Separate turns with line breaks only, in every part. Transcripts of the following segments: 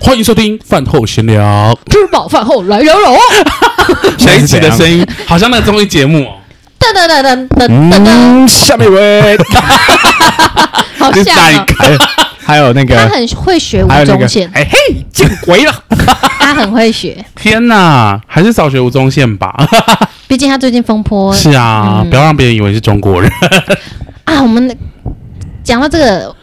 欢迎收听饭后闲聊，
吃饱饭后来揉揉。
嗯
谁 起的声音好像那个综艺节目 哦，
噔噔噔噔噔噔噔，
嗯，下面一位，
好
就
像
下一
哦
个， 还有那
他
个，
很会学吴
还有那
宗
个
宪，，
哎嘿，进围了，
他很会学，
天哪，还是少学吴宗宪 吧？
毕竟他最近风波
是啊，
嗯
不要让别人以为是中国人。
啊。我们讲到这个，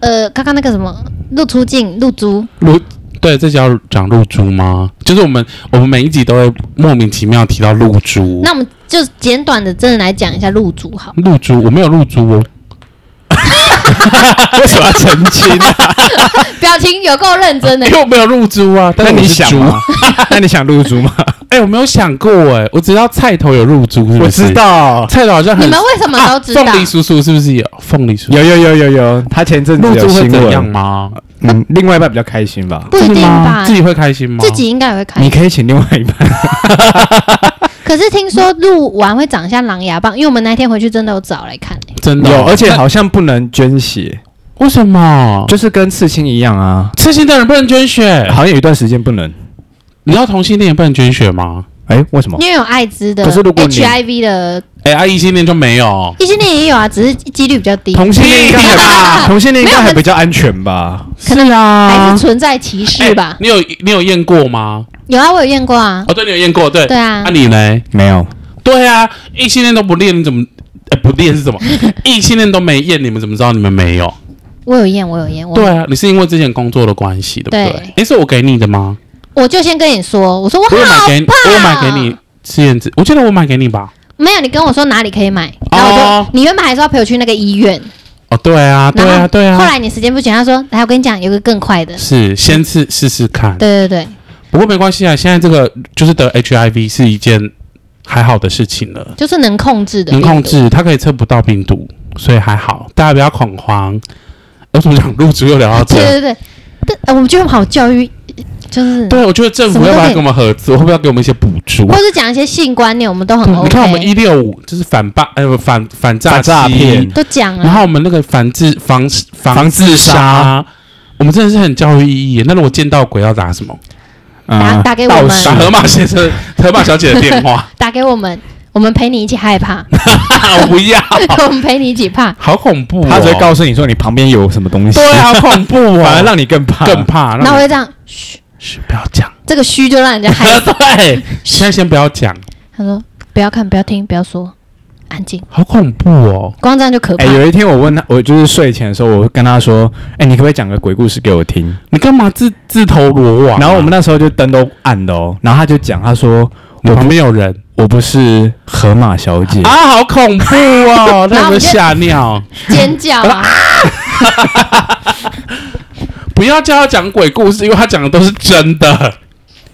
呃，刚刚那个什么入出境入租，
露对，这叫讲露珠吗？就是我们我们每一集都会莫名其妙提到露珠。
那我们就简短的真的来讲一下入租好。
露珠，我没有露珠哦。
为什么要澄清呢？
表情有够认 真的
哎
因，为哎我没有露珠啊，但
那
是
你
我是
想
猪。
吗？ 那你想入猪吗？
哎、我没有想过哎、我只知道菜头有露珠，是不
我
是
知道，
菜头好像很
你们为什么都知道
啊凤梨叔叔是不是有凤梨叔叔？
有有有有有，他前阵子
露
有
珠会
新
怎样
闻，
吗？
嗯，另外一半比较开心吧？
不一
真
定
的吗
吧？
自己会开心吗？
自己应该也会
你
开。
可以请另外一半，
可是听说录完会长一下狼牙棒，因为我们那天回去真的有找来看、欸
真的哦
有， 而且
那
好像不能捐血，
为什么？
就是跟刺青一样啊，
刺青的人不能捐血，
好像有一段时间不能。
你知道同性恋也不能捐血吗？
哎，为什么？
因为有艾滋的、
可是如果你
HIV 的，
哎、啊，异性恋就没有，
异性恋也有啊，只是几率比较低，
同性恋应该
屁啦
还同性恋应
没
该
有
还
可
比较安全吧？
可能还
啊
是存在歧视吧
哎。你有你有验过吗？
有啊，我有验过啊。
哦，对，你有验过，对。
对啊
那、，你呢？
没有，
对啊，异性恋都不练，你怎么？哎、不练是什么？ 异性恋都没验，你们怎么知道你们没有？
我有验，我有验。我
对啊，你是因为之前工作的关系，对不对？
对
哎、是我给你的吗？
我就先跟你说，我说我
我有买
好
给你，
怕。啊
我有买给你。试验纸，我记得我买给你吧。
没有，你跟我说哪里可以买，然后我就、
哦
你原本还说要陪我去那个医院，
哦，对啊，对
然
啊，
后
对
后
啊，
来你时间不行，他说来我跟你讲，有个更快的。
是先试试试看。
对对对，
不过没关系啊，现在这个就是得 HIV 是一件还好的事情了，
就是能控制的，
能控。制，它可以测不到病毒，所以还好，大家不要恐慌。我怎么讲入主又聊到这？
对对对，但呃我们觉得好教育，就是
对，我觉得政府要不要跟我们合作，会不会要给我们一些补助
或？是讲一些性观念，我们都很
嗯
哦 OK。
你看我们一六五就是反霸，哎、不反反诈
反诈
欺
骗
都讲
然
了，
后我们那个防治防防
防
自
自
杀，我们真的是很教育意义耶。那如果见到鬼要打什么？
打
嗯
打给我们
倒是
打河马先生、河马小姐的电 话？
打给我们，我们陪你一起害怕，
我不要，
我们陪你一起怕。
好恐怖、哦！
他只会告诉你说你旁边有什么东西，
对啊，好恐怖 哦，
反而让你更怕，
更怕。
然
让
后我
你
就这样，嘘，
嘘，不要讲。
这个嘘就让人家害怕。
对，现在先不要讲，
他说不要看，不要听，不要说，安静，
好恐怖哦。
光这样就可怕
哎、。有一天我问他，我就是睡前的时候，我跟他说：“哎、你可不可以讲个鬼故事给我听
你干嘛自自投罗网啊、？”
然后我们那时候就灯都暗的哦，然后他就讲，他说
你旁边有人：“
我不是河马小姐。
啊，好恐怖 哦！他有
然后我
没有
们就
吓尿？
尖叫啊！
不要叫他讲鬼故事，因为他讲的都是真的。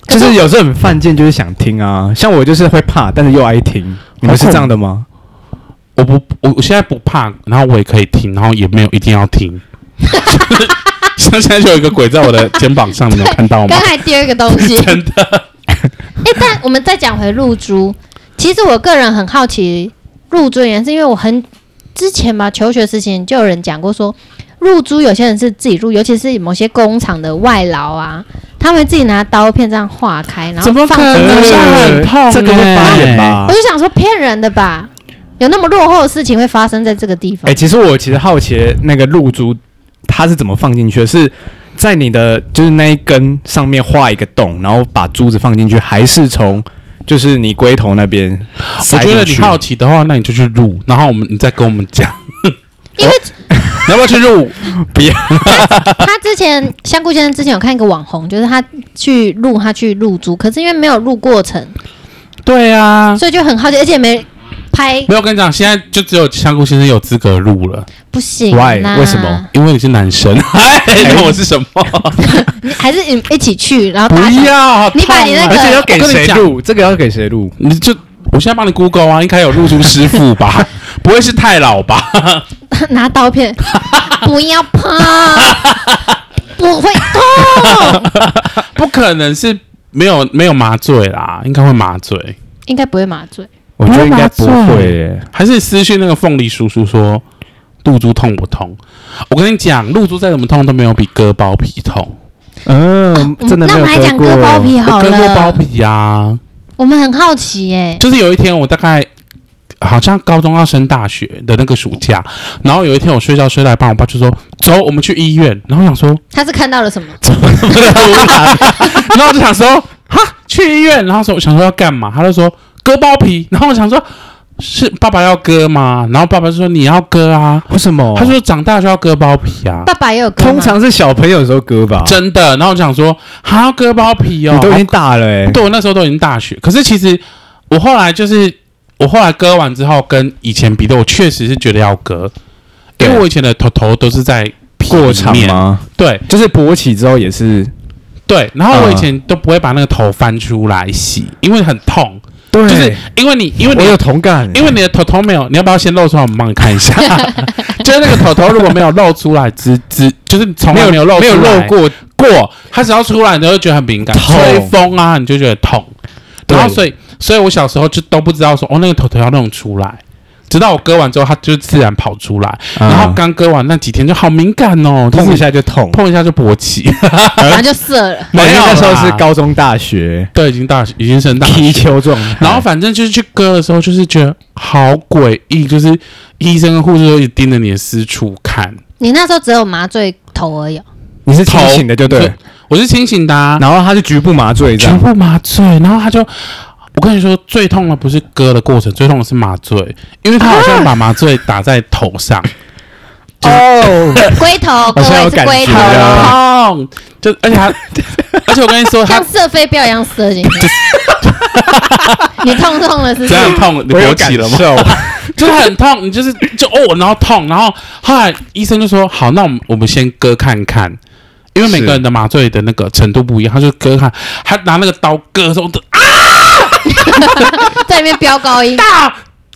可
就是是有时候很犯贱，就是想听啊。像我就是会怕，但是又爱听。你们是这样的吗？
我不，我我现在不怕，然后我也可以听，然后也没有一定要听。 就是像现在就有一个鬼在我的肩膀上，你有看到吗
刚？才第二个东 西，
真的，
哎、但我们再讲回露珠，其实我个人很好奇露珠的原因，是因为我很之前嘛，求学之前就有人讲过说，入珠有些人是自己入，尤其是某些工厂的外劳啊，他们自己拿刀片这样划开，然后
怎么
放
可
进
能
去
这样很痛欸
呃这个会发炎吧
我？就想说骗人的吧，有那么落后的事情会发生在这个地
哎、
方？
其实我其实好奇那个露珠它是怎么放进去的？是在你的就是那一根上面画一个洞，然后把珠子放进去，还是从就是你龟头那边
我
塞进去？
觉得你好奇的话，那你就去录，然后我们你再跟我们讲，
因为
哦
你要不要去录？
他之前 香菇先生之前有看一个网红，就是他去入他去入珠，可是因为没有入过程，
对啊，
所以就很好奇，而且没拍
没有我跟你讲，现在就只有香菇先生有资格录了，
不行啊
Why？
啦
为什么？
因为你是男 生。哎，那我是什么？
你还是你一起去，然后
哎不
大家
要，
你把你那个
而且要给
我跟你
谁
讲
录？这个要给谁录？
你就我现在帮你 Google 啊，应该有露珠师傅 吧？不会是太老吧？
拿刀 片，不要怕，不会痛，
不可能是没有没有麻醉啦，应该会麻醉。
应该不会麻醉。
我觉得应该不会耶，
还是私讯那个凤梨叔叔说露珠痛不痛？我跟你讲，露珠再怎么痛都没有比割包皮痛。
嗯， 真的
那
没
我
有
们来
割
讲割包
过。
皮好
我割过包
了，
皮啊，
我们很好奇耶、
就是有一天我大概呃好像高中要啊升大学的那个暑假，然后有一天我睡觉睡到一半，我爸就说：“走，我们去医院。”然后我想说，
他是看到了什么？
然后我就想说，哈，去医院，然后说我想说要干嘛，他就说割包皮，然后我想说，是爸爸要割吗？然后爸爸就说你要割啊，
为什么？
他说长大就要割包皮啊，
爸爸也有割吗
通常是小朋友的时候割吧，
真的。然后我想说，还要割包皮哦
你，都已经大了哎，
对，我那时候都已经大学，可是其实我后来就是我后来割完之后，跟以前比的，我确实是觉得要割，因为
对
我以前的头头都是在皮
过
里
长
面，
吗？
对
就是勃起之后也是，
对，然
嗯
后我以前都不会把那个头翻出来洗，因为很痛，
对
就是因为你因为
我
你
有同感，
因为你的头头没有，你要不要先露出来？我们帮你看一 下，就是那个头头如果没有露出来，只只就是从来没有露
没有
出来
露过，
过，它只要出来，你就会觉得很敏感，
痛
吹风啊，你就觉得痛。
对
然后所以，所以我小时候就都不知道说，哦，那个头头要弄出来，直到我割完之后，它就自然跑出来。然后刚割完那几天就好敏感哦，就
嗯碰一
是
下就痛。
碰一下就勃 起。
然后就射了。
没有啦
那时候是高中、大学
对，已经大学，已经升大
踢
学。
球状哎态，
然后反正就是去割的时候，就是觉得好诡异，就是医生跟护士都一直盯着你的私处看。
你那时候只有麻醉头 而已哦，
你是清
头
醒的，就啊对了。
我是清醒的、啊，
然后他是局部麻醉这
全
样，
部麻醉，然后他就，我跟你说，最痛的不是割的过程，最痛的是麻醉，因为他好像把麻醉打在头上，
哦，
龟头，各
好像
位
有
是龟头
感觉
哦，
啊
痛，就而且 他，而且我跟你说，他
像射飞镖一样射进去。 你痛痛了是不
这
是？
样痛，你
我有
勃
感
起了吗？
受，
就是很痛，你就是就哦，然后痛，然后后来医生就说，好，那我们我们先割看看。因为每个人的麻醉的那个程度不一样，他就割看，他拿那个刀割的时候，我的
在里面飙高音，
啊，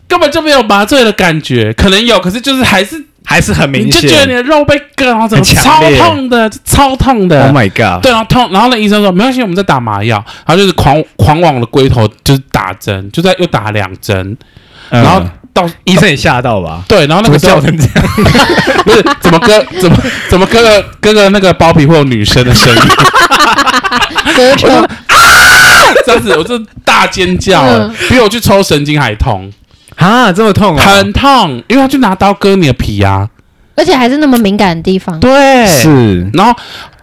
根本就没有麻醉的感觉，可能有，可是就是还是
还是很
你
明
就觉得你
显。
的肉被割，然后整个
很
超
强烈
痛的，超痛的。
Oh my god！
对，然后痛，然后那医生说没关系，我们在打麻药，然后就是狂狂往我的龟头就是打针，就在又打两针，
嗯
然后到
医生也吓到吧？
对，然后那个
怎么
时候
叫成这样？
不是怎么割怎么怎么割个割个那个包皮会有女生的声音，
割头，
这样子我就大尖叫了
嗯，
比我去抽神经还痛，
啊，这么痛啊！
很痛，因为他就拿刀割你的皮啊，
而且还是那么敏感的地方。
哎
对，
是
然后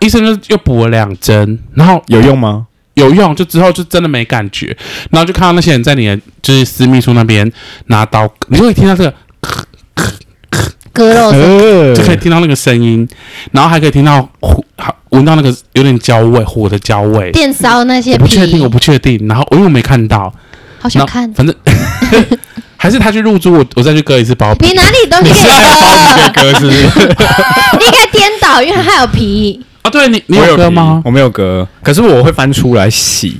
医生就又补了两针，然后
有用吗？
有用，就之后就真的没感觉，然后就看到那些人在你的就是私密处那边拿刀，你就会听到这个，
割肉是
呃
就可以听到那个声音，然后还可以听到火，好闻到那个有点焦味，火的焦味。
电烧那些
我不确定，我
皮，
不确定。然后我因为我没看到，
好
然
想
后
看。
反正 还是他去入住我，我再去割一次 包皮。
你哪里都可以
你是还有包皮可 以
割，
割是不 是？
应该颠倒，因为它有皮。
啊？对你，你
我
有割
皮
吗？
我没有割，可是我会翻出来洗。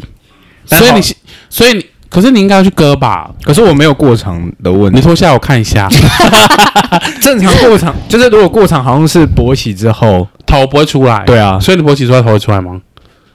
但
所以
好
你，所以你，可是你应该要去割吧？
可是我没有过长的问
你
题。
脱下来我看一 下，
正常过长 就是如果过长好像是勃起之后，
头不会出来。
对啊
所以你勃起出来头会出来吗？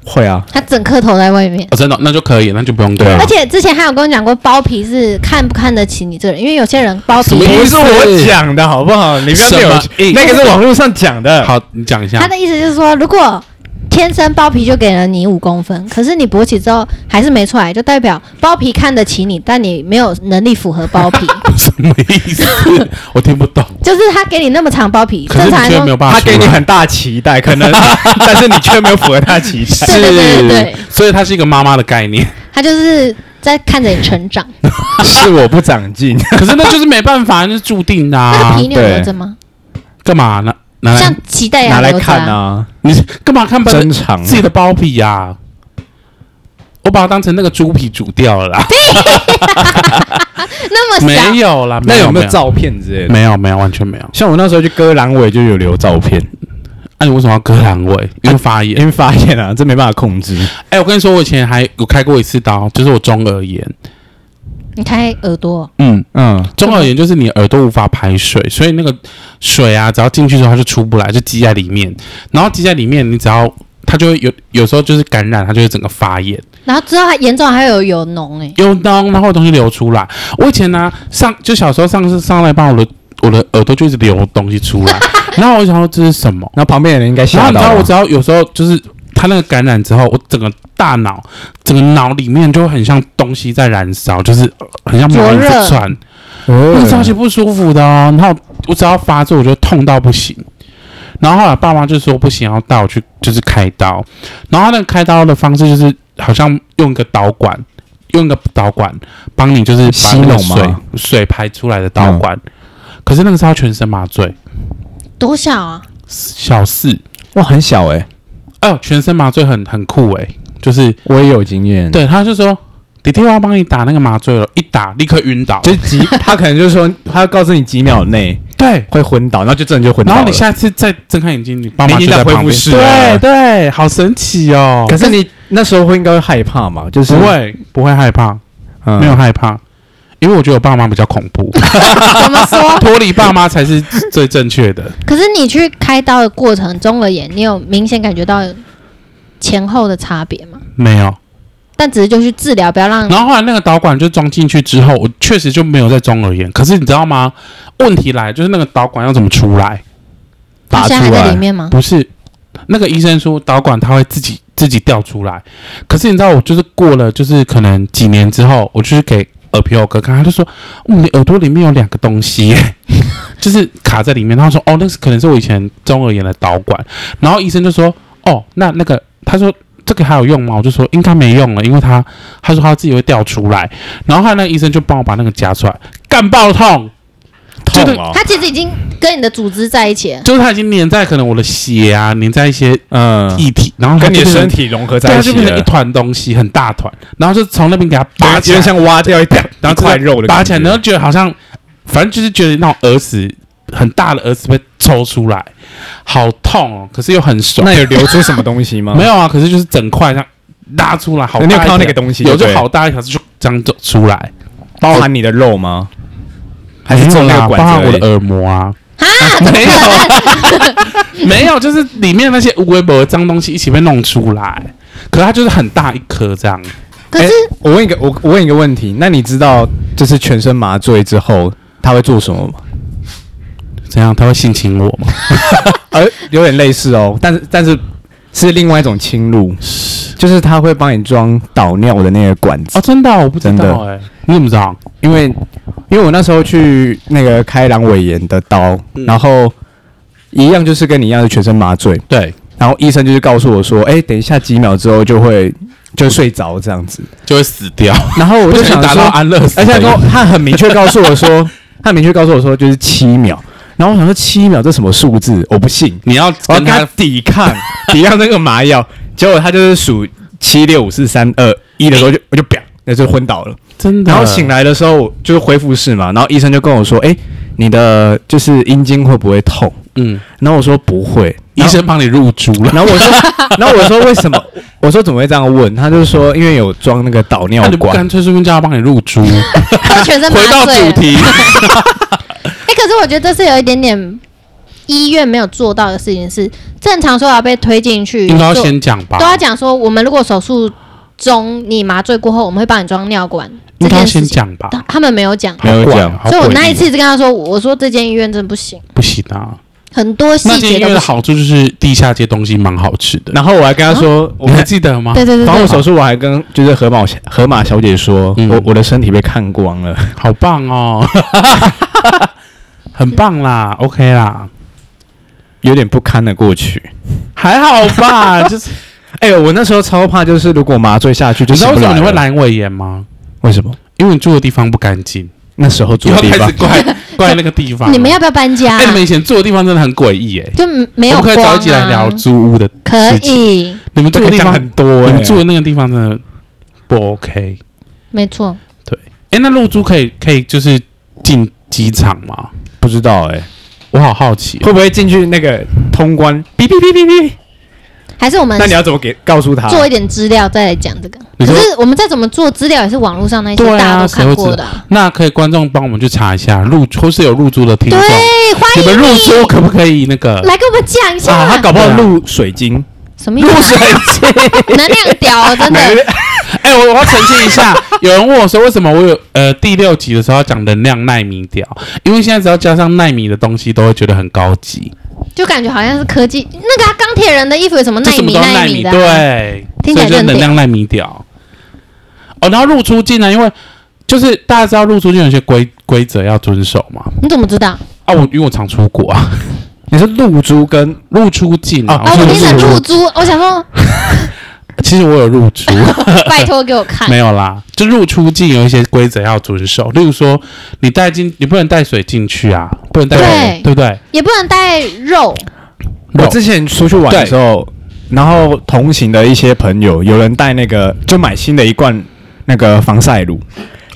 会啊，
它整颗头在外面。
哦，真的，那就可以，那就不用割
对啊
了
而。且之前还有跟我讲过，包皮是看不看得起你这个人，因为有些人包
什么，
皮
意
不
思
是我讲的好不好？你不要
什么
扭曲，那个是网络上讲的。
好，你讲一
他
下。
的意思就是说，如果天生包皮就给了你五公分，可是你勃起之后还是没出来，就代表包皮看得起你，但你没有能力符合包 皮，
什么意思？我听不懂。
就是他给你那么长包皮，
可是
正
你
常来
却
说
没有办法
他
出来，
给你很大期待，可能， 但是你却没有符合他期待。
对对对对对
是，所以它是一个妈妈的概念。
他就是在看着你成长。
是我不长进，
可 是那就是没办法，那是注定的、
那个
啊
皮。你有
对
留着吗？
干嘛拿拿来
像脐带一
拿
样
来
留着
看
啊。
啊，
你是干嘛看本
珍藏啊
自己的包皮呀、我把它当成那个猪皮煮掉了啦，
那么小
没，有啦，
那有没
没
有？照片之类的？
没有没有，完全没有。
像我那时候去割阑尾就有留照片，
啊那、你为什么要割阑尾？因为发炎。
因为发现啊，这没办法控制。
哎、我跟你说，我以前还有开过一次刀，就是我中耳炎。
你开耳朵，
嗯，
嗯，
中耳炎就是你耳朵无法排水，所以那个水啊，只要进去之后它就出不来，就积在里面。然后积在里面，你只要它就会有有时候就是感染，它就会整个发炎。
然后之后还严重还有有脓哎、
有脓，然后东西流出来。我以前呢、上就小时候上次上来班，我的我的耳朵就一直流东西出 来，然后我就想说这是什么？
然后旁边的人应该
然后
吓
你知道，
到
我
了
只。要有时候就是它那个感染之后，我整个大脑、整个脑里面就很像东西在燃烧，就是很像蚂蚁
灼
在
热
窜，
哦
我超级不舒服的哦。然后我只要发作，我就痛到不行。然后后来爸妈就说不行，要带我去就是开刀。然后他那个开刀的方式就是好像用一个导管，用一个导管帮你就是把
吸
那个
拢吗
水水排出来的导
嗯
管。可是那个是要全身麻醉，
多小啊？
小四。
哇，很小哎，
哎呦，全身麻醉很很酷诶、就是
我也有经验。，
对，他就说弟弟我要帮你打那个麻醉了，一打立刻晕倒。
就是几，他可能就是说，他要告诉你几秒内
对，
会昏倒，然后就真的就昏倒
然
了。哎
后你下次再睁开眼睛，你爸妈
你已
就
经在
旁
恢复
边。
室啊了
对对，好神奇哦！
可是你那时候会应该会害怕嘛？就是
不，会不会害怕，
嗯
没有害怕，因为我觉得我爸妈比较恐怖，
怎么说？
脱离爸妈才是最正确的。
可是你去开刀的过程中而言，你有明显感觉到前后的差别吗？
没有。
但只是就去治疗，不要让
然后后来那个导管就装进去之后，我确实就没有再中耳炎。可是你知道吗？问题来了就是那个导管要怎么出来？
他
拔
现在还
出
在
来
里面吗？
不是，那个医生说导管它会自己自己掉出来。可是你知道，我就是过了，就是可能几年之后，我就是给耳皮友哥看，他就说，嗯，你耳朵里面有两个东西耶， 就是卡在里面。他说，哦，那是可能是我以前中耳炎的导管。然后医生就说，哦，那那个他说。这个还有用吗？我就说应该没用了，因为他他说他自己会掉出来，然后他那个医生就帮我把那个夹出来，干爆痛，
痛
就是
哦，
他其实已经跟你的组织在一起了，
就是他已经粘在可能我的血啊，粘在一些
嗯，
液体，然后他
跟你的
就变
啊
成
身体融合
对，
在
它
一
就
起
变成一
了，
团东西，很大团，然后就从那边给它拔
对，
起
就
来，
像挖掉一点，
然 后
然
就
后块肉的
拔起来，
感
然
觉
后觉得好像，反正就是觉得那种耳屎很大的耳屎被抽出来，好痛哦，可是又很爽
那。有流出什么东 西吗？
没有啊，可是就是整块这样拉出来，好大
你有看到
一条
那个东西
有就
对
好大一条，就这样走出来，
包含你的肉吗？还是
没有
中那
啦
个管
包含
子而
我
已？
的耳膜啊。
啊，
没有，没有， 就是里面那些无微博的脏东西一起被弄出来，可是它就是很大一颗这样。
可是
诶哎我问一个，我我问一个问题，那你知道就是全身麻醉之后他会做什么吗？
怎样？它会性侵我吗？
呃，有点类似哦，但是但是是另外一种侵入，就是他会帮你装导尿的那个管子
哦，，真的哦、我不知
真的
道哎、你怎么知道？
因为因为我那时候去那个开阑尾炎的刀，
嗯
然后一样就是跟你一样是全身麻醉，
对，
然后医生就是告诉我说，哎、等一下几秒之后就会就睡着这 样子，
就会死掉，
然后我
我
就
就想
想
达哎
说
到，安乐死
而
的
且他
一
跟 我
个。
他很明确告诉我说， 他很明确告诉我说就是七秒，然后我想说七秒这什么数字，我不信，
你要
我要
跟
跟他
他
抵 抗抵抗那个麻药，结果他就是数七六五四三二一的时候就我就啪，那就昏倒了。
真的，
然后醒
来，
来的时候就是恢复室嘛，然后医生就跟我说：“哎、你的就是阴茎会不会痛
嗯，？”
然后我说：“不会。”
医生帮你入住了，
然后，然后我说：“然后我说为什么？我说怎么会这样问？”他就说：“因为有装那个导尿
那你不
管
干。脆顺便叫他帮你入 住？
他全身麻
哎回到
醉了
主。题，
哎、可是我觉得这是有一点点医院没有做到的事情是，正常说要被推进去，
应该要
做
先讲吧？
都要讲说，我们如果手术中你麻醉过后，我们会帮你装尿管这
应该要
件事
先
情，
讲吧？
他他们没有讲，
没有
好怪
讲
好
啊所以我
诡异
那一次一直跟他说，我说这间医院真的不行，
不行啊。
很多
那
细
间医
节
院的
都不行。
好处就是地下街东西蛮好吃”的，
然后我还跟他 说：“ 我
你还
们
记得吗？
对对对
防
对
我，手术，我还跟就是河马小河马小姐说，
嗯
我我的身体被看光了。
好棒 哦，很棒啦，OK 啦，”
有点不堪的过去，
还好 吧？就是
哎、我那时候超怕，就是如果麻醉下去就
你知
起
道
不
为什
来
么你会
了？
阑尾炎吗？
为什么？
因为你住的地方不干净，
那时候住
又
的地
开
方
始，怪怪那个地 方。
你们要不要搬家、
哎、你们以前住的地方真的很诡异哎，
就没有
我们可以
光
早
啊
起来聊租屋的
可
事情。
以，
你们
这
住的
个地
地
方
方
很多、
啊你
哎
们住的那个地方真的不 OK。
没错。
哎、那露珠可以可以就是进机场吗？
不知道哎、
欸我好好奇哦、
会不会进去那个通关？
嗯
哔哔哔哔哔。
还是我们
那你要怎么给告诉他？
做一点资料再来讲这个。
你
可
说
是我们再怎么做资料，也是网络上那些
对啊
大家都看过的啊。
那可以观众帮我们去查一下露或是有露珠的听众
对，，欢迎
你们露珠可啊不可以那个？
来跟我们讲一下、
啊，他搞不好入水晶，
什么意思？
水晶，
能量屌、哦，真的
没
哎、
哎、我我要澄清一下，有人问我说为什么我有呃第六集的时候要讲能量纳米屌，因为现在只要加上纳米的东西，都会觉得很高级，
就感觉好像是科技那个啊钢铁人的衣服有什么
就
纳
什么
米
都要
纳
纳米，
的啊、
对，
听起
所
来
以就是
就很
能量纳米屌。哦，然后入出境呢，因为就是大家知道入出境有一些规规则要遵守嘛，
你怎么知道？
啊，我因为我常出国啊，
你是露珠跟
入出境啊，
哦
啊，我
出
听
入
成
出
入租，我 想说，
其实我有入 出。
拜托给我看
没。有啦，就入出境有一些规则要遵守，例如说你带进，你不能带水进去啊，不能带
对
对对不对？
也不能带肉，
我
肉
之前出去玩的时候，然后同行的一些朋友，有人带那个就买新的一罐那个防晒乳，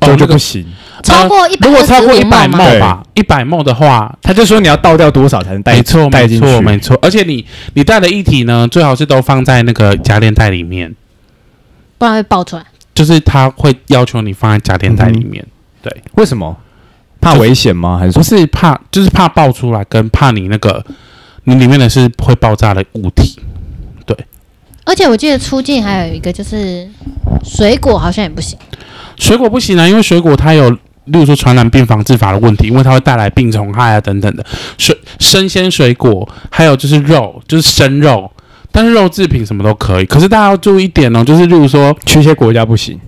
哦
就就
那个
不行。
超过125
呃如果超过一百
嘛
梦吧，一百梦的话，
他就说你要倒掉多少才能带
没错
带
没
进
错没
去？
错，而且你你带的液体呢，最好是都放在那个夹链袋里面，
不然会爆出来。
就是他会要求你放在夹链袋里
嗯
面，
为什么？怕危险吗？还是
不是怕就是怕爆出来，跟怕你那个你里面的是会爆炸的物体。
而且我记得出境还有一个就是水果好像也不行，
水果不行啊，因为水果它有，例如说传染病防治法的问题，因为它会带来病虫害啊等等的。水生鲜水果，还有就是肉，就是生肉，但是肉制品什么都可以。可是大家要注意一点哦，就是例如说，
去一些国家不行？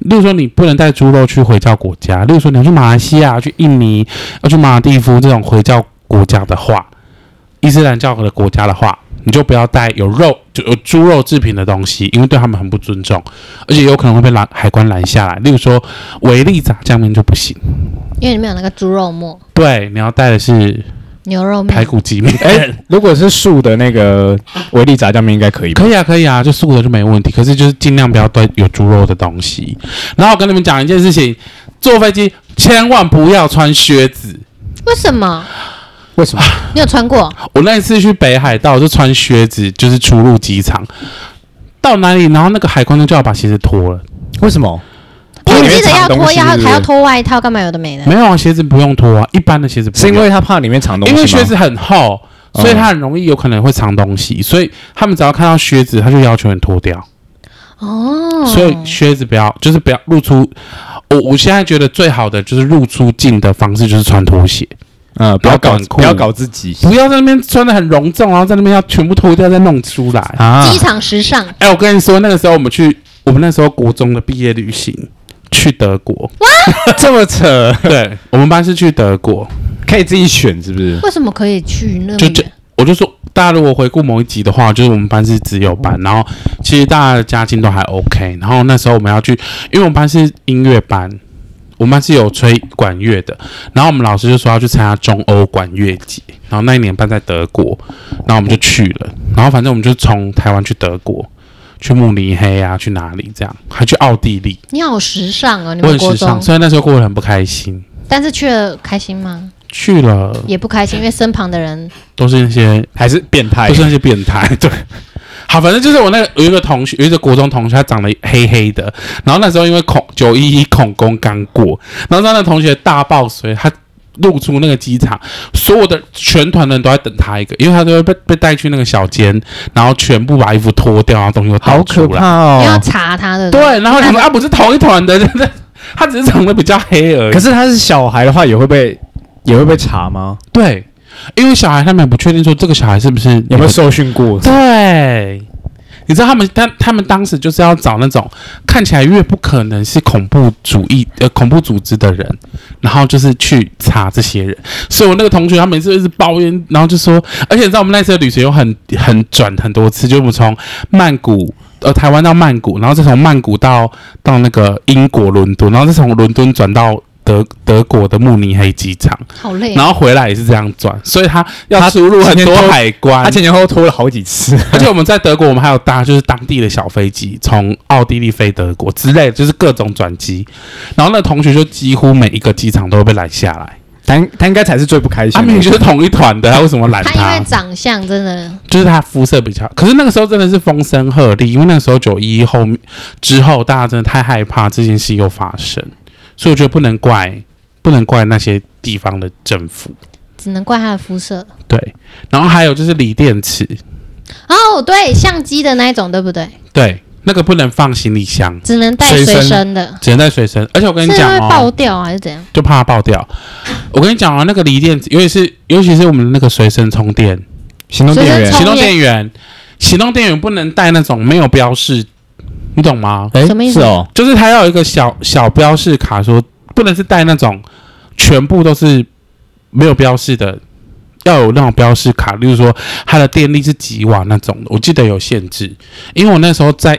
例如说你不能带猪肉去回教国家，例如说你要去马来西亚、去印尼、要去马尔蒂夫这种回教国家的话，伊斯兰教的国家的话，你就不要带有肉就有猪肉制品的东西，因为对他们很不尊重，而且有可能会被拦海关拦下来。例如说维力炸酱面就不行，
因为里面有那个猪肉末、
对，你要带的是
牛肉
排
面。
骨鸡面。
哎、如果是素的那个维力炸酱面应该可以吧？
可以啊，可以啊，就素的就没问题。可是就是尽量不要带有猪肉的东西。然后我跟你们讲一件事情，坐飞机千万不要穿靴子。
为什么？
为什么？
啊
你有穿过？
我那一次去北海道就穿靴子，就是出入机场，到哪里，然后那个海关就叫我把鞋子脱了。
为什么？
我
怕里面
记得
藏
要
东
脱
西
要
是不是
还要脱外套，干嘛有的没的？
没有啊，鞋子不用脱啊，一般的鞋子不
嗯是
用
因为他怕里面藏东西
因
吗？嗯
为靴子很厚，所以它很容易有可能会藏东西，所以他们只要看到靴子，他就要求你脱掉。
哦，
嗯
所以靴子不要，就是不要露出。我我现在觉得最好的就是入出境的方式就是穿拖鞋，
嗯，不要搞
老板裤
不要搞自己
不要在那边穿的很隆重，然后在那边要全部脱掉再弄出来。
啊
机场时尚。
哎、我跟你说，那个时候我们去，我们那时候国中的毕业旅行去德国，
这么 扯，
对我们班是去德国，
可以自己选是不是？
为什么可以去那
就
么
就
远？
我就说，大家如果回顾某一集的话，就是我们班是只有班，然后其实大家的家境都还 OK。然后那时候我们要去，因为我们班是音乐班，我们班是有吹管乐的，然后我们老师就说要去参加中欧管乐节，然后那一年办在德国，然后我们就去了，然后反正我们就从台湾去德国，去慕尼黑啊，去哪里这样，还去奥地利，
你好时尚哦，你
我很
们国
时
中
尚，，虽然那时候过得很不开心，
但是去了开心吗？
去了
也不开心，因为身旁的人
都是那些
还是变态
都是那些变态， 对。好，反正就是我那个有一个同学，有一个国中同学，他长得黑黑的，然后那时候因为恐九一一恐攻刚过，然后他那同学大爆水，他露出那个机场，所有的全团的人都在等他一个，因为他都会被被带去那个小间，然后全部把衣服脱掉，然后东西都倒
好
出
可
来，
怕
你要
哦！
查他的，
对，然后想说啊，不是同一团的，真的，他只是长得比较黑而已。
可是他是小孩的话，也会被也会被查吗？
对，因为小孩他们也不确定说这个小孩是不是
有没有受训过？
对，你知道他们他他们当时就是要找那种看起来越不可能是恐怖主义呃恐怖组织的人，然后就是去查这些人。所以我那个同学他每次都一直抱怨，然后就说，而且你知道我们那次的旅程有很很转很多次，就我们从曼谷。呃，台湾到曼谷，然后再从曼谷到到那个英国伦敦，然后再从伦敦转到德德国的慕尼黑机场，
好累啊
然。后回来也是这样转，所以他要
他
出入很
今天
多
都
海关，
他前前后后拖了好几次，
而且我们在德国，我们还有搭就是当地的小飞机，从奥地利飞德国之类的，就是各种转机。然后那同学就几乎每一个机场都会被拦下来，
他他应该才是最不开
他
心
明明
的。
就是同一团的，他为什么拦
他因
他
为？长相真的，
就是他肤色比较，可是那个时候真的是风声鹤唳，因为那个时候九一一后面之后，大家真的太害怕这件事又发生，所以我觉得不能怪不能怪那些地方的政府。
只能怪他的肤色。
对，然后还有就是锂电池，
哦，对，相机的那一种，对不对？
对，那个不能放行李箱，
只能带
随身
随身的，
只能带随身。而且我跟
是
你讲
会爆
哦，
掉啊还是怎样？
就怕它爆掉。我跟你讲哦，那个锂电池，尤其是尤其是我们那个随身充电、
行动
随
电
身
源
充
行动电源、行动电源不能带那种没有标示，你懂吗？
哎
什么意思
是哦，
就是它要有一个小小标示卡说不能是带那种全部都是没有标示的，要有那种标示卡，例如说它的电力是几瓦那种的，我记得有限制。因为我那时候在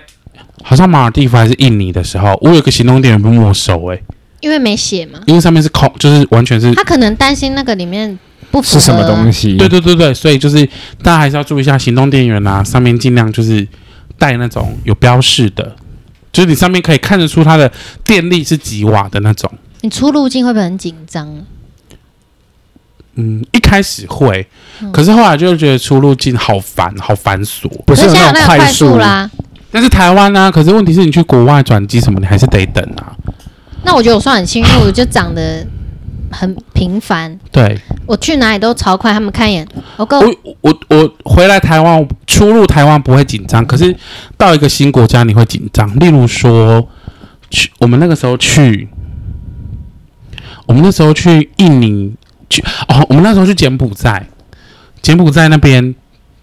好像马尔地夫还是印尼的时候，我有一个行动电源被没收、欸，
因为没写嘛，
因为上面是空，就是完全是。
他可能担心那个里面不符合
是什么东
西。
西？
对对对对，所以就是大家还是要注意一下行动电源啊，上面尽量就是带那种有标示的，就是你上面可以看得出它的电力是几瓦的那种。
你出入境会不会很紧张？啊
嗯，一开始会，
嗯
可是后来就觉得出入境好烦，好繁琐。
不是
可现
有
在有
种
那个快
速
速，啦，
但是台湾呢、啊可是问题是你去国外转机什么，你还是得等啊。
那我觉得我算很幸运，因为我就长得很平凡，
对，
我去哪里都超快，他们看一眼，我够
我我我回来台湾，出入台湾不会紧张，可是到一个新国家你会紧张。例如说，去我们那个时候去，我们那时候去印尼去哦，我们那时候去柬埔寨，柬埔寨那边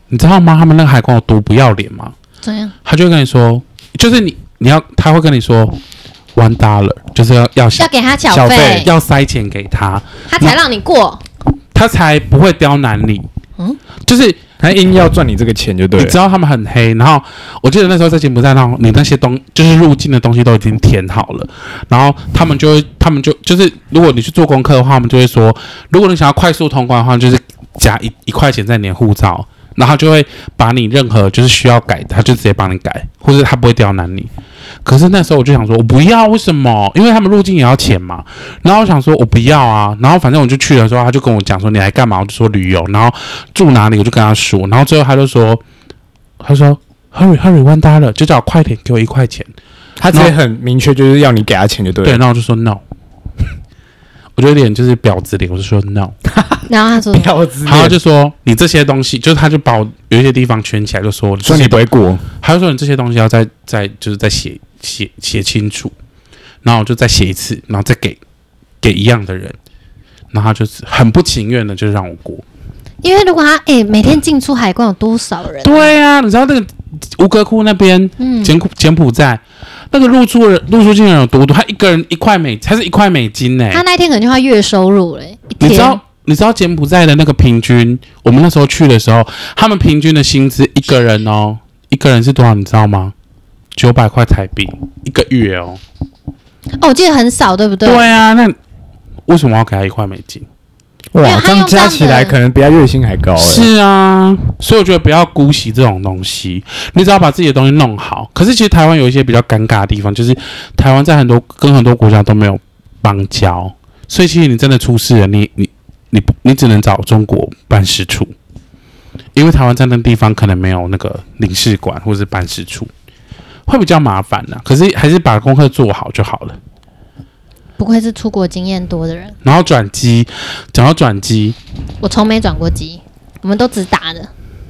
你知道吗？他们那个海关有多不要脸吗？
怎样？
他就会跟你说，就是你你要，他会跟你说 one dollar，就是要要
要给他
小
小
费
费，
要塞钱给他，
他才让你过。
他才不会刁难你。嗯
嗯，
就是
他硬要赚你这个钱就对
你
了
知。道他们很黑，然后我记得那时候在柬埔寨，然后你那些东就是入境的东西都已经填好了，然后他们就会，他们就就是如果你去做功课的话，他们就会说，如果你想要快速通关的话，就是加一一块钱在你的护照，然后他就会把你任何就是需要改的，他就直接帮你改，或者他不会刁难你。可是那时候我就想说，我不要，为什么？因为他们入境也要钱嘛。然后我想说，我不要啊。然后反正我就去的时候，他就跟我讲说你来干嘛？我就说旅游。然后住哪里我就跟他说。然后最后他就说，他说 hurry hurry one dollar，就叫我快点给我一块钱。
他直接很明确，就是要你给他钱就对
对，
了。
然后我就说 no，我就有点就是婊子脸，我就说 no。
然后他说，
要子
然后
他
他就
就
说你这些东西，就是他就把我有一些地方圈起来，就说
说你不会过，
他就说你这些东西要再再就是再写写写清楚，然后我就再写一次，然后再给给一样的人，然后他就是很不情愿的就让我过。
因为如果他哎、每天进出海关有多少人？
对啊，你知道那个吴哥窟那边
嗯，
柬埔柬埔寨那个入住人入住竟然有多多，他一个人一块美，他是一块美金呢、
他那一天可能就要月收入嘞、一
哎你
天
知道你知道柬埔寨的那个平均，我们那时候去的时候，他们平均的薪资一个人哦，一个人是多少你知道吗？九百块台币一个月哦。
哦，我记得很少，对不对？
对啊，那为什么要给他一块美金？
没有
哇，
他
这样
用
加起来
这样的
可能比他月薪还高哎。
是啊，所以我觉得不要姑息这种东西，你只要把自己的东西弄好。可是其实台湾有一些比较尴尬的地方，就是台湾在很多跟很多国家都没有邦交，所以其实你真的出事了，你你你你只能找中国办事处，因为台湾在那地方可能没有那个领事馆或是办事处，会比较麻烦呢、可是还是把功课做好就好了。
不愧是出国经验多的人，
然后转机，讲到转机，
我从没转过机，我们都只打的，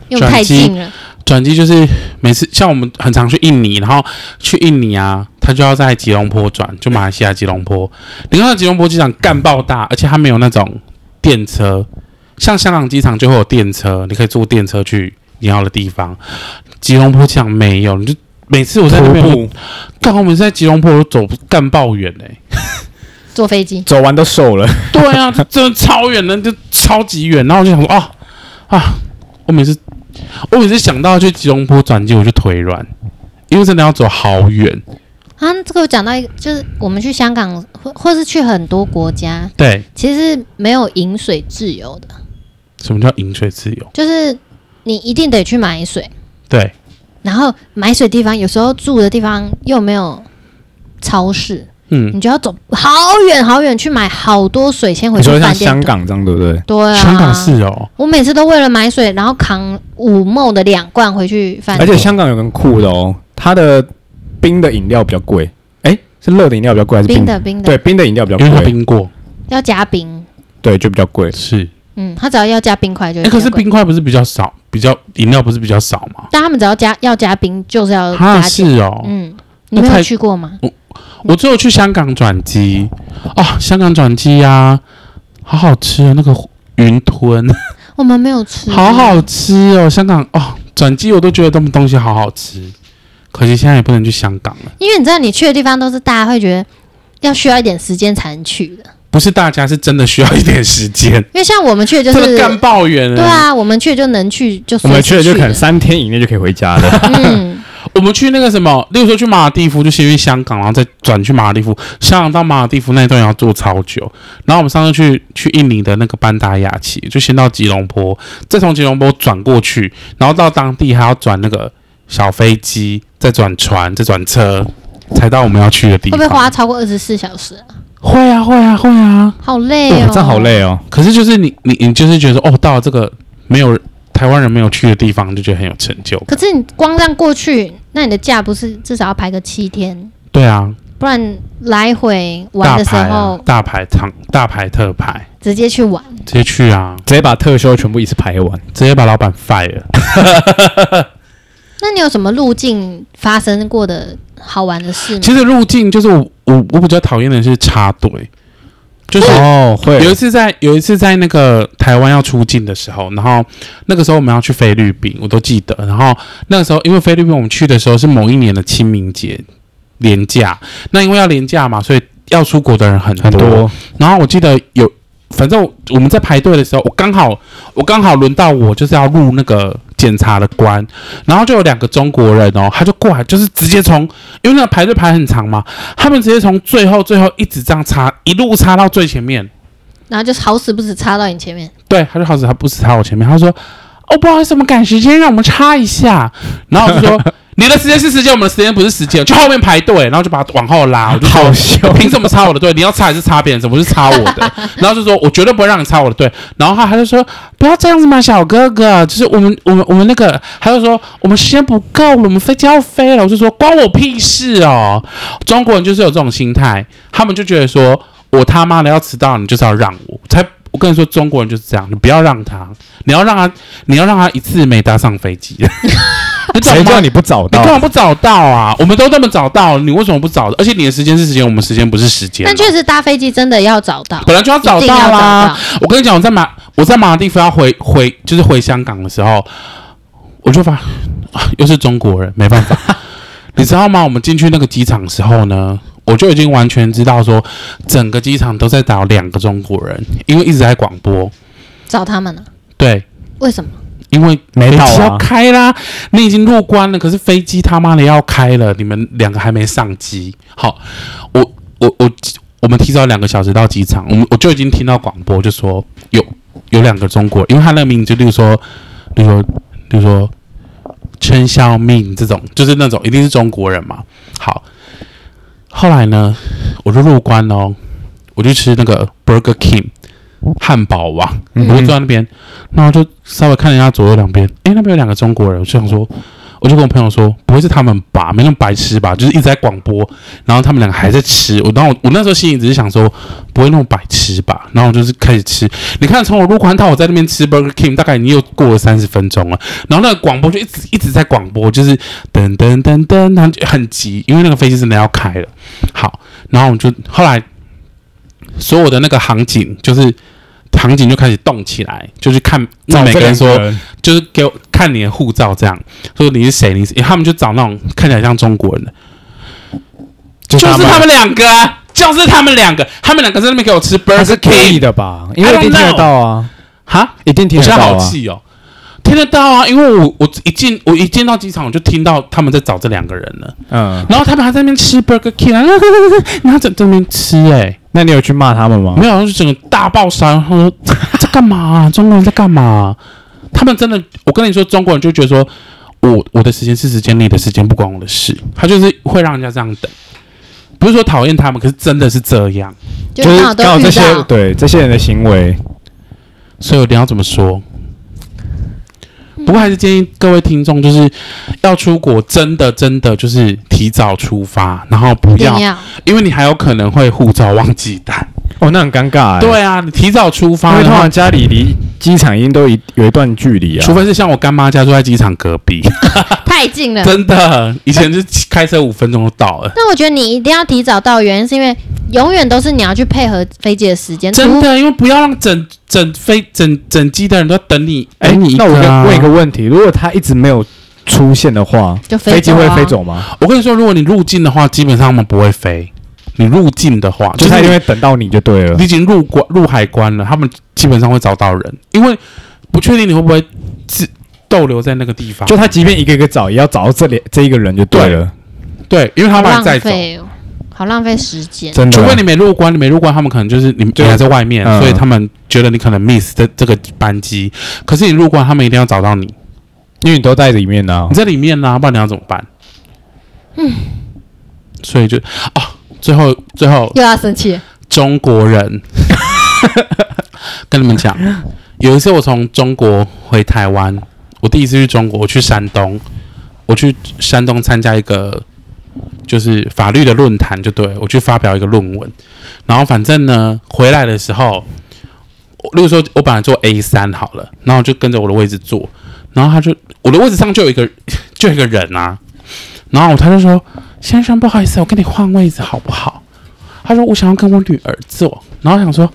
因为我
转
太
机
近了。
转机就是每次像我们很常去印尼，然后去印尼啊，他就要在吉隆坡转，就马来西亚吉隆坡。你看到吉隆坡机场干爆大，而且它没有那种电车，像香港机场就会有电车，你可以坐电车去你要的地方。吉隆坡机场没有，你就每次我在那
徒
边，
步
干我每次在吉隆坡我都走干爆远欸嘞、
坐飞机，
走完都瘦了，
对啊， 就真的超远的，就超级远。然后我就想说啊啊，我每次我每次想到去吉隆坡转机，我就腿软，因为真的要走好远。
啊，这个我讲到一个，就是我们去香港或或是去很多国家，
对，
其实没有饮水自由的，
什么叫饮水自由？
就是你一定得去买水，
对，
然后买水地方有时候住的地方又没有超市，
嗯，
你就要走好远好远去买好多水，先回
你
去
说像
饭店
香
兑。
港这样对不对？
对啊，
香港是哦，
我每次都为了买水，然后扛五梦的两罐回去饭
而
店。
且香港有更酷的哦，它的冰的饮料比较贵，哎，是热的饮料比较贵还是
冰
冰？
的冰的，
对，冰的饮料比
因为
较
他
贵，
冰过，
要加冰。
对，就比较贵。
是
嗯，他只要要加冰块就
哎、
会比较
可是
贵
冰块不是比较少，比较饮料不是比较少吗？
但他们只要加要加冰，就是要
啊，
加
是
钱。
哦，
呃嗯，你
那
没
太
有去过吗？
我只有去香港转机哦，香港转机呀，好好吃哦，那个云吞，
我们没有吃，
好好吃哦，香港哦，转机我都觉得他们东西好好吃，可惜现在也不能去香港了。
因为你知道你去的地方都是大家会觉得要需要一点时间才能去的，
不是大家是真的需要一点时间，
因为像我们去的 就
真
是
的干爆远了。
对，啊，我们去就能去就
嗯我
随
们
时
去
去
了就可能
了
三天以内就可以回家了。
嗯，
我们去那个什么，例如说去马尔蒂夫，就先去香港，然后再转去马尔蒂夫。香港到马尔蒂夫那一段也要坐超久。然后我们上次去去印尼的那个班达雅奇，就先到吉隆坡，再从吉隆坡转过去，然后到当地还要转那个小飞机，再转船，再转车，才到我们要去的地
会
方。
不会花？超过二十四小时啊？
会啊，会啊，会啊。
好累
对
哦，
这样好。累哦。
可是就是你你你就是觉得说哦，到了这个没有台湾人没有去的地方，就觉得很有成就感。
可是你光这样过去，那你的假不是至少要排个七天？
对啊，
不然来回玩
大
的时
牌
候、
啊，大牌长大牌特牌。
直接去玩，
直接去啊，
直接把特休全部一次排完，
直接把老板 fire。
那你有什么路径发生过的好玩的事吗？
其实路径就是我我我比较讨厌的是插队，就是
哦，会
有一次在有一次在那个台湾要出境的时候，然后那个时候我们要去菲律宾，我都记得。然后那个时候因为菲律宾我们去的时候是某一年的清明节廉假，那因为要廉假嘛，所以要出国的人很多。
很多，
然后我记得有，反正我我们在排队的时候，我刚好我刚好轮到我就是要入那个检查的关，然后就有两个中国人哦，他就过来，就是直接从，因为那个排队排很长嘛，他们直接从最后最后一直这样插，一路插到最前面。
然后就是好死不死插到你前面，
对，他就好死他不是插我前面，他说：“哦，不好意思，我们赶时间，让我们插一下。”然后我就说：“ 你的时间是时间，我们的时间不是时间，去后面排队。”然后就把他往后拉，我就说
好凶
凭什么插我的队？你要插还是插别人？怎么是插我的？然后就说：“我绝对不会让你插我的队。”然后他他就说：“不要这样子嘛，小哥哥，就是我们我们我们那个，他就说我们时间不够了，我们飞机要飞了。”我就说：“关我屁事哦！”中国人就是有这种心态，他们就觉得说。我他妈的要迟到，你就是要让我，才我跟你说，中国人就是这样，你不要让他，你要让他，你要让他一次没搭上飞机， 你懂
谁
吗
叫？你不早
你干嘛
到？
不早到啊？我们都那么早到，你为什么不早？而且你的时间是时间，我们时间不是时间啊。
但确实搭飞机真的要找到，
本来就要早
一定
到
要
啦、
找到。
我跟你讲，我在马我在马尔地夫要回回就是回香港的时候，我就发、啊又是中国人，没办法，你知道吗？我们进去那个机场的时候呢，我就已经完全知道说整个机场都在找两个中国人，因为一直在广播，
找他们呢、啊
对，
为什么？
因为
没
飞
到
机要
啊，
开啦，你已经入关了，可是飞机他妈的要开了，你们两个还没上机。好，我我我我们提早两个小时到机场，我们我就已经听到广播就说有有两个中国人，因为他那个名字，例如说，例如说，例如说陈孝命这种，就是那种一定是中国人嘛。好，后来呢，我就入关哦，我就吃那个 Burger King 汉堡王，
嗯
我就坐在那边，然后就稍微看了一下左右两边，诶，那边有两个中国人，我就想说，我就跟我朋友说，不会是他们吧？没那么白痴吧？就是一直在广播，然后他们两个还在吃，我然后我我那时候心里只是想说，不会那么白痴吧？然后我就是开始吃，你看从我入关到我在那边吃 Burger King，大概已经又过了三十分钟了，然后那个广播就一直一直在广播，就是噔噔噔噔，然后就很急，因为那个飞机真的要开了。好，然后我们就后来所有的那个航警就是。航警就开始动起来，就是看那每个人说，就是给我看你的护照，这样说你是谁，你是、欸他们就找那种看起来像中国人的，就
就
是他
们
们两个、啊，就是他们两个，他们两个在那边给我吃
他
Burger
是 E 可以
King
的吧？因为一定听得到啊，
哈，
一定听
我
得
现在
到
好
啊。
气哦，听得到啊，因为我我一进我一进到机场，我就听到他们在找这两个人了，
嗯，
然后他们还在那边吃 Burger King，啊然后在这边吃、欸，
那你有去骂他们吗？
没有，就是整个大爆杀，他 说在干嘛啊、中国人在干嘛啊、他们真的，我跟你说，中国人就觉得说。我我的时间是时间，你的时间不关我的事，他就是会让人家这样等，不是说讨厌他们，可是真的是这样，
就
就是
刚好
刚好
都
这
遇
些
到，
对这些人的行为，
所以你要怎么说？不过还是建议各位听众，就是要出国，真的真的就是提早出发，然后不
一定
要，
要。
因为你还有可能会护照忘记带。
哦，那很尴尬欸。
对啊，你提早出
因
发，
为
然
通
后
常家里离机场一定都一有一段距离啊，
除非是像我干妈家住在机场隔壁，
太近了。
真的，以前就开车五分钟就到了。
那我觉得你一定要提早到，原因是因为永远都是你要去配合飞机的时间，
真
除
的，因为不要让整整飞整整机的人都等你，
哎、
等你一
那我
个啊
问问一个问题，如果他一直没有出现的话，
就
飞机
走
会
啊
飞。走吗？
我跟你说，如果你入境的话，基本上他们不会飞。你入境的话，
就
就
他
是
一定
你
会等到你就对了
你。已经入关入海关了，他们基本上会找到人，因为不确定你会不会自逗留在那个地方。
就他即便一个一个找，也要找到这里这一个人就对了，
对，因为他
好
把
浪
你载走。
费哦，好浪费时间。
真的。
除非你没入关，你没入关，他们可能就是你你
嗯对
还在外面，
嗯
所以他们觉得你可能 miss 这这个班机。可是你入关，他们一定要找到你，
因为你都在里面啊呢、
你在里面呢、不然你要怎么办？嗯，所以就啊，最后最后
又要生气了，
中国人，跟你们讲，有一次我从中国回台湾，我第一次去中国，我去山东，我去山东参加一个就是法律的论坛，就对我去发表一个论文，然后反正呢回来的时候，我例如说我本来坐 A 三好了，然后我就跟着我的位置坐，然后他就我的位置上就有一个就有一个人啊，然后他就说先生不好意思，我跟你换位置好不好？他说我想要跟我女儿坐，然后我想说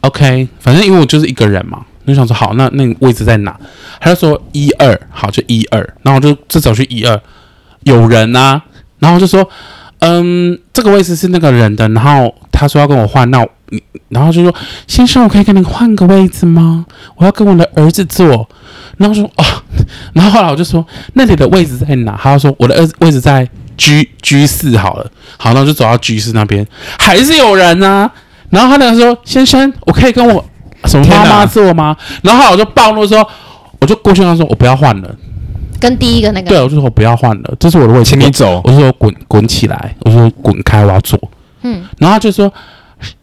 OK，反正因为我就是一个人嘛，我就想说好，那那你位置在哪？他就说一二，好就一二，然后我就就走去一二，有人啊，然后我就说嗯，这个位置是那个人的，然后他说要跟我换，那我你然后就说先生，我可以跟你换个位置吗？我要跟我的儿子坐，然后说哦，然后后来我就说那你的位置在哪？他就说我的儿子位置在 G G 四好了，好，那我就走到 G 四那边，还是有人啊。然后他那个说：“先生，我可以跟我什么妈
天
妈
哪
坐吗？”然后后来我就暴怒说：“我就过去跟他说，我不要换了。
跟第一个那”
对，
个，
我就说我不要换了，这是我的位置，
请你走。
我就说滚滚起来，我说滚开，我要坐。
嗯，
然后他就说：“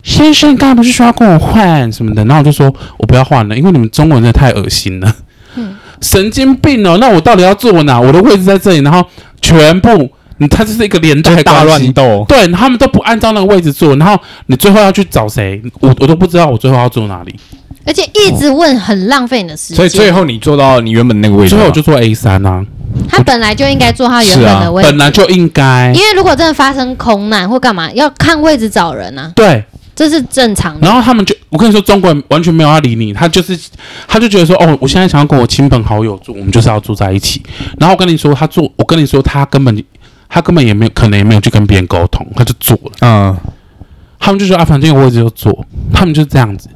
先生，刚才不是说要跟我换什么的？”然后我就说：“我不要换了，因为你们中文真的太恶心了，
嗯
神经病哦！那我到底要坐哪？我的位置在这里，然后全部，你他就是一个连带
就大
关系
乱斗，
对他们都不按照那个位置坐，然后你最后要去找谁，我我都不知道我最后要坐哪里。
而且一直问很浪费你的时
所以最
间。
后你坐到你原本那个位置
最
吗，
后我就坐 A 三啊，
他本来就应该坐他原本的位置，
本来就应该
因为如果真的发生空难或干嘛，要看位置找人啊，
对。
这是正常的。
然后他们就，我跟你说，中国人完全没有要理你，他就是，他就觉得说，哦，我现在想要跟我亲朋好友住，我们就是要住在一起。然后我跟你说，他住，我跟你说，他根本，他根本也没有，可能也没有去跟别人沟通，他就做了。
嗯，
他们就说啊，反正有位置就坐，他们就是这样子，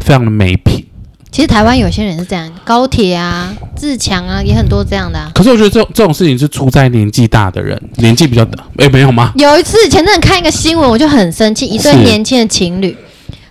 非常的没品。
其实台湾有些人是这样，高铁啊、自强啊，也很多这样的、啊。
可是我觉得这种这种事情是出在年纪大的人，年纪比较大，哎，没有吗？
有一次前阵看一个新闻，我就很生气，一对
是
年轻的情侣，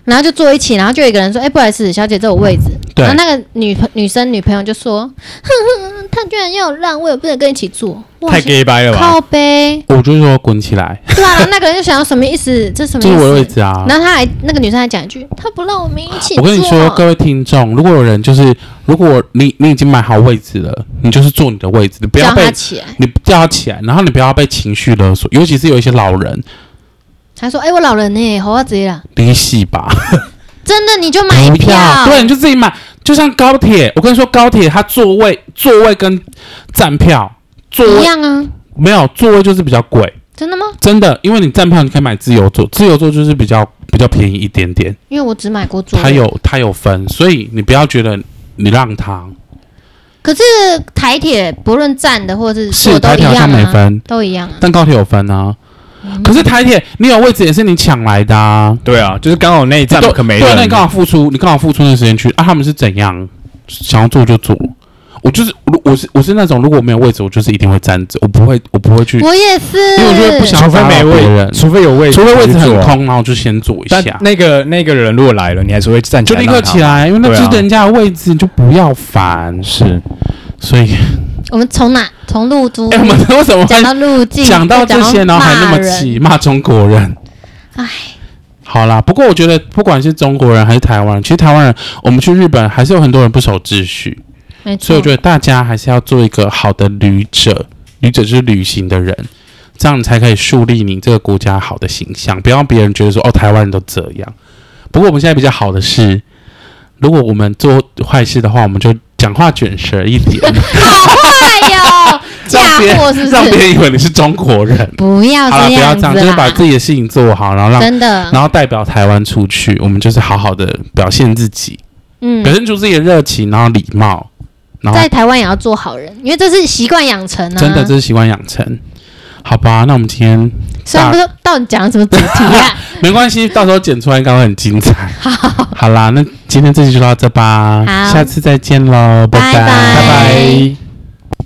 然后就坐一起，然后就有一个人说：“哎、不好意思，小姐，这我位置。”
对
然后那个女朋女生女朋友就说：“哼哼，他居然要让位，我不能跟你一起坐。哇”
太 gay 掰了吧？
靠背，
我就说滚起来，
对啊，然后那个人就想要什么意思？这什么
这是我的
意
位
思？
置啊。
然后他还那个女生还讲一句：“他不让我哦们一起坐。”
我跟你说，各位听众，如果有人就是，如果你你已经买好位置了，你就是坐你的位置，你不
叫
要
他
被
起来。
你叫他起来，然后你不要被情绪勒索，尤其是有一些老人
他说：“哎、我老人呢、好啊，直接啦，
离戏吧，
真的你就买一
对，你就自己买，就像高铁，我跟你说，高铁它座位座位跟站票座
一
位
样啊，
没有座位就是比较贵，
真的吗？
真的，因为你站票你可以买自由座，自由座就是比较比较便宜一点点，
因为我只买过桌
它有它有分，所以你不要觉得你让他
可是台铁不论站的或是
是
坐都
台
一
铁好像
样
没
啊，
分，
都一样啊。
但高铁有分啊。
嗯
可是台铁，你有位置也是你抢来的啊！
对啊，就是刚好啊那一站
对
可没
对，那
人
你，刚好付出，你刚好付出那时间去啊。他们是怎样想要做就做？我就是我我是我是那种如果没有位置，我就是一定会站着，我不会我不会去，
我也是，
嗯因为我觉得不想
除非没
打扰别
位，
人
除非有位，
除非位置很
才去坐啊。
空，然后就先坐一
但
下，
那个那个人如果来了，你还是会站起
就
来，
立刻起。来，因为那
对啊
是人家的位置，你就不要烦。
是，
所以，
我们从哪从入租
哎，我们为什么
讲
会
到入境，
讲到
再
这些，然后还那么
骂人
气骂中国人？
唉，
好啦，不过我觉得不管是中国人还是台湾人，其实台湾人我们去日本还是有很多人不守秩序，
没
所以
错
我。觉得大家还是要做一个好的旅者，旅者就是旅行的人，这样你才可以树立你这个国家好的形象，不要让别人觉得说哦台湾人都这样。不过我们现在比较好的是，如果我们做坏事的话，我们就讲话卷舌一 点，
好坏哟，嫁
让别
祸是不
让别
是？
人以为你是中国人。
不要
好了，
这
不要
样
这
子
样，就是把
啦，
自己的事情做好，然后让
真的，
然后代表台湾出去，我们就是好好的表现自己，
嗯
表，现出自己的热情，然后礼貌，然后
在台湾也要做好人，因为这是习惯养成啊。
真的这是习惯养成。好吧，那我们今天
虽然不知道到底讲了什么主题啊，
没关系，到时候剪出来应该会很精彩。好，啦，那今天这期就到这吧，
好
下次再见喽，拜拜
拜拜
拜拜